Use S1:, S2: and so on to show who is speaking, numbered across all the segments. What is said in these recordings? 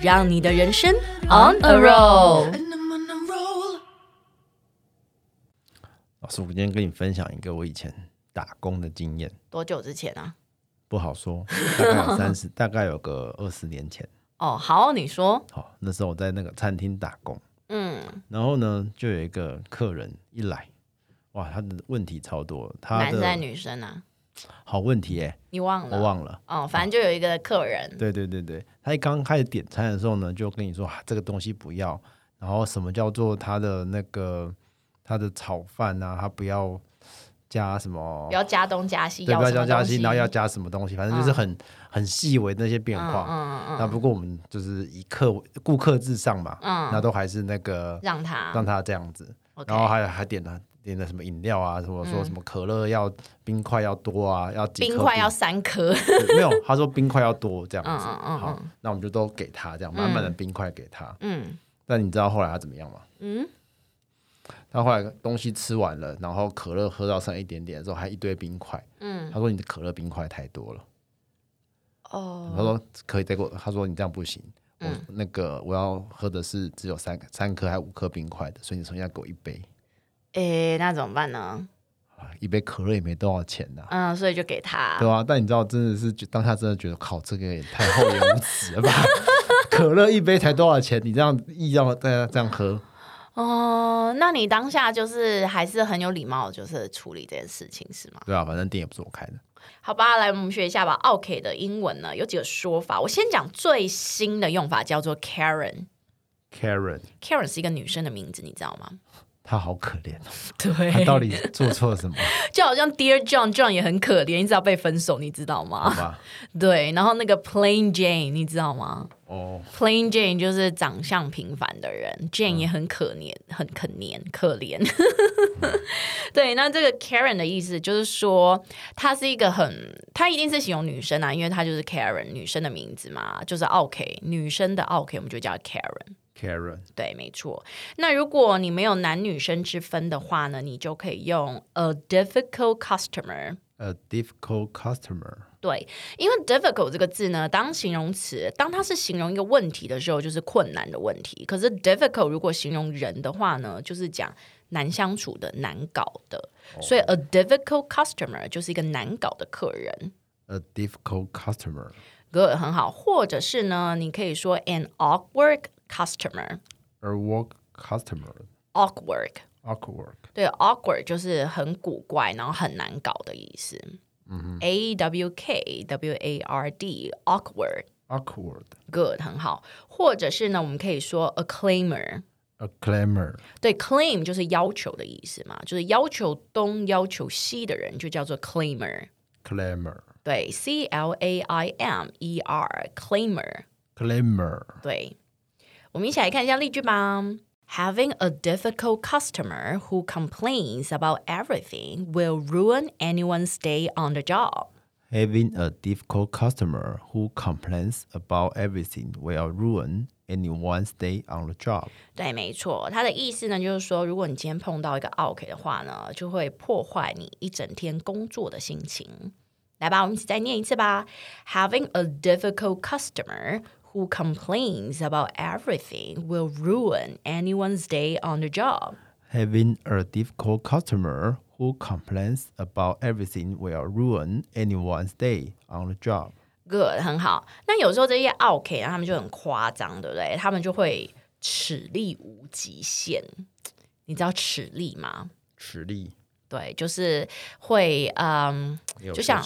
S1: 让你的人生 on a roll。
S2: 老师，我今天跟你分享一个我以前打工的经验，
S1: 多久之前啊？
S2: 不好说，大概有三十，大概有个二十年前。
S1: 哦，好，你说，
S2: 好、那时候我在那个餐厅打工，
S1: 嗯，
S2: 然后呢，就有一个客人一来，哇，他的问题超多，他
S1: 男生还是
S2: 的
S1: 女生啊？
S2: 好问题耶、
S1: 你忘了？
S2: 我忘了。
S1: 哦，反正就有一个客人，
S2: 对对对对，他一刚开始点餐的时候呢，就跟你说啊，这个东西不要，然后什么叫做他的那个他的炒饭啊，他不要加什么
S1: 不要加东加西，
S2: 哦对，不要
S1: 什么
S2: 加加
S1: 东西
S2: 薪，然后要加什么东西，反正就是很、很细微的那些变
S1: 嗯
S2: 化。
S1: 嗯嗯
S2: 那不过我们就是以客顾客至上嘛，
S1: 嗯
S2: 那都还是那个
S1: 让他
S2: 让他这样子，
S1: OK 嗯
S2: 然后还还点了点了什么饮料啊，什么说什么可乐要冰块要多啊，要几
S1: 冰
S2: 颗
S1: 块要三颗，
S2: 对没有，他说冰块要多这样子，
S1: 嗯嗯嗯
S2: 好，那我们就都给他这样，慢慢的冰块给他。
S1: 嗯
S2: 但你知道后来他怎么样吗？
S1: 嗯，
S2: 他后来东西吃完了，然后可乐喝到剩一点点的时候，还一堆冰块。
S1: 嗯，
S2: 他说你的可乐冰块太多了。他
S1: 哦，
S2: 说可以再给我，他说你这样不行，我、那个我要喝的是只有三三颗还五颗冰块的，所以你首先要给我一杯，
S1: 诶，那怎么办呢？
S2: 啊一杯可乐也没多少钱呐、
S1: 嗯，所以就给他
S2: 对，吧、哦啊但你知道，真的是觉当下真的觉得，靠，这个也太厚颜无耻了吧！可乐一杯才多少钱？你这样硬要大家这样喝，
S1: 哦，那你当下就是还是很有礼貌，就是处理这件事情是吗？
S2: 对吧、反正店也不是我开的，
S1: 好吧，来我们学一下吧。OK 的英文呢有几个说法，我先讲最新的用法叫做 Karen。
S2: Karen，
S1: Karen 是一个女生的名字，你知道吗？
S2: 他好可怜哦，他
S1: 对
S2: 到底做错了什么？
S1: 就好像 Dear John John 也很可怜，一直要被分手，你知道
S2: 好
S1: 吗？
S2: 吧，
S1: 对，然后那个 Plain Jane 你知道吗
S2: 哦，
S1: ？Plain Jane 就是长相平凡的人，Jane 也很可怜，很可怜，可怜。 对，那这个 Karen 的意思就是说，她是一个很，她一定是形容女生啊，因为她就是 Karen 女生的名字嘛，就是 OK 女生的 OK，我们就叫 Karen。
S2: Karen，
S1: 对，没错。那如果你没有男女生之分的话呢，你就可以用 a difficult customer。
S2: a difficult customer，
S1: 对，因为 difficult 这个字呢，当形容词，当它是形容一个问题的时候，就是困难的问题。可是 difficult 如果形容人的话呢，就是讲难相处的、难搞的。所以 a difficult customer 就是一个难搞的客人。
S2: a difficult customer，
S1: Good，很好。或者是呢，你可以说 an awkward customer。
S2: a work customer。
S1: awkward，
S2: Awkward，
S1: 对，awkward 就是很古怪，然后很难搞的意思。a w k w a r d awkward。
S2: awkward,
S1: good 很好，或者是呢，我们可以说 a claimer。
S2: a clamor,
S1: 对，claim 就是要求的意思嘛，就是要求东要求西的人就叫做 claimer。
S2: clamor,
S1: 对，c l a i m e r，claimer。
S2: clamor.
S1: 对，我们一起来看一下例句吧。Having a difficult customer who complains about everything will ruin anyone's day on the job.
S2: Having a difficult customer who complains about everything will ruin anyone's day on the job.
S1: 对，没错，它的意思呢，就是说，如果你今天碰到一个 OK 的话呢，就会破坏你一整天工作的心情。来吧，我们一起再念一次吧。Having a difficult customer who complains about everything will ruin anyone's day on the job.
S2: Having a difficult customer who complains about everything will ruin anyone's day on the job.
S1: Good，很好。那有时候这些 OK，他们就很夸张，对不对？他们就会齿力无极限。你知道齿力吗？对，就是会嗯，就像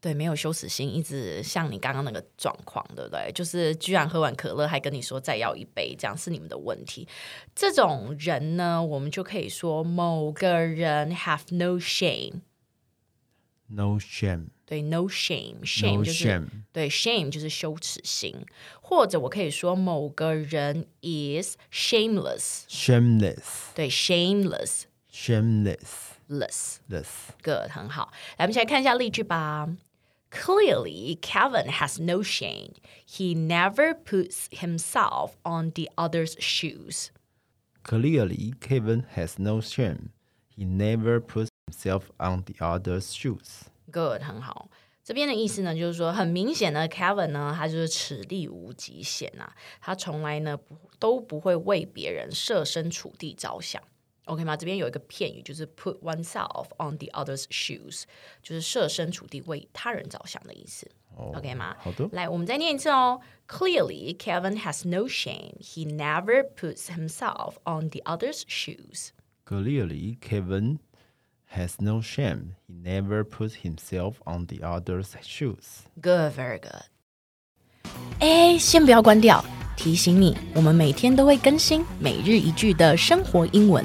S1: 对，没有羞耻心，一直像你刚刚那个状况，对不对？就是居然喝完可乐还跟你说再要一杯，这样是你们的问题。这种人呢，我们就可以说某个人 have no shame。
S2: No shame，
S1: 对，no shame，shame
S2: No
S1: 就是
S2: shame
S1: 对 shame 就是羞耻心，或者我可以说某个人 is shameless，
S2: shameless，shameless，less。
S1: 对，shameless，less。Good，很好。来，我们先来看一下例句吧。Clearly, Kevin has no shame. He never puts himself on the other's shoes.
S2: Clearly, Kevin has no shame. He never puts himself on the other's shoes.
S1: Good，很好。这边的意思呢，就是说，很明显的，Kevin 呢，他就是齿力无极限啊，他从来呢不都不会为别人设身处地着想，OK 吗？这边有一个片语，就是 put oneself on the other's shoes，就是设身处地为他人着想的意思、o k 吗？
S2: 哦好的
S1: 来，我们再念一次哦。Clearly, Kevin has no shame. He never puts himself on the other's shoes.
S2: Clearly, Kevin has no shame. He never puts himself on the other's shoes.
S1: Good, very good. 哎，先不要关掉，提醒你，我们每天都会更新每日一句的生活英文，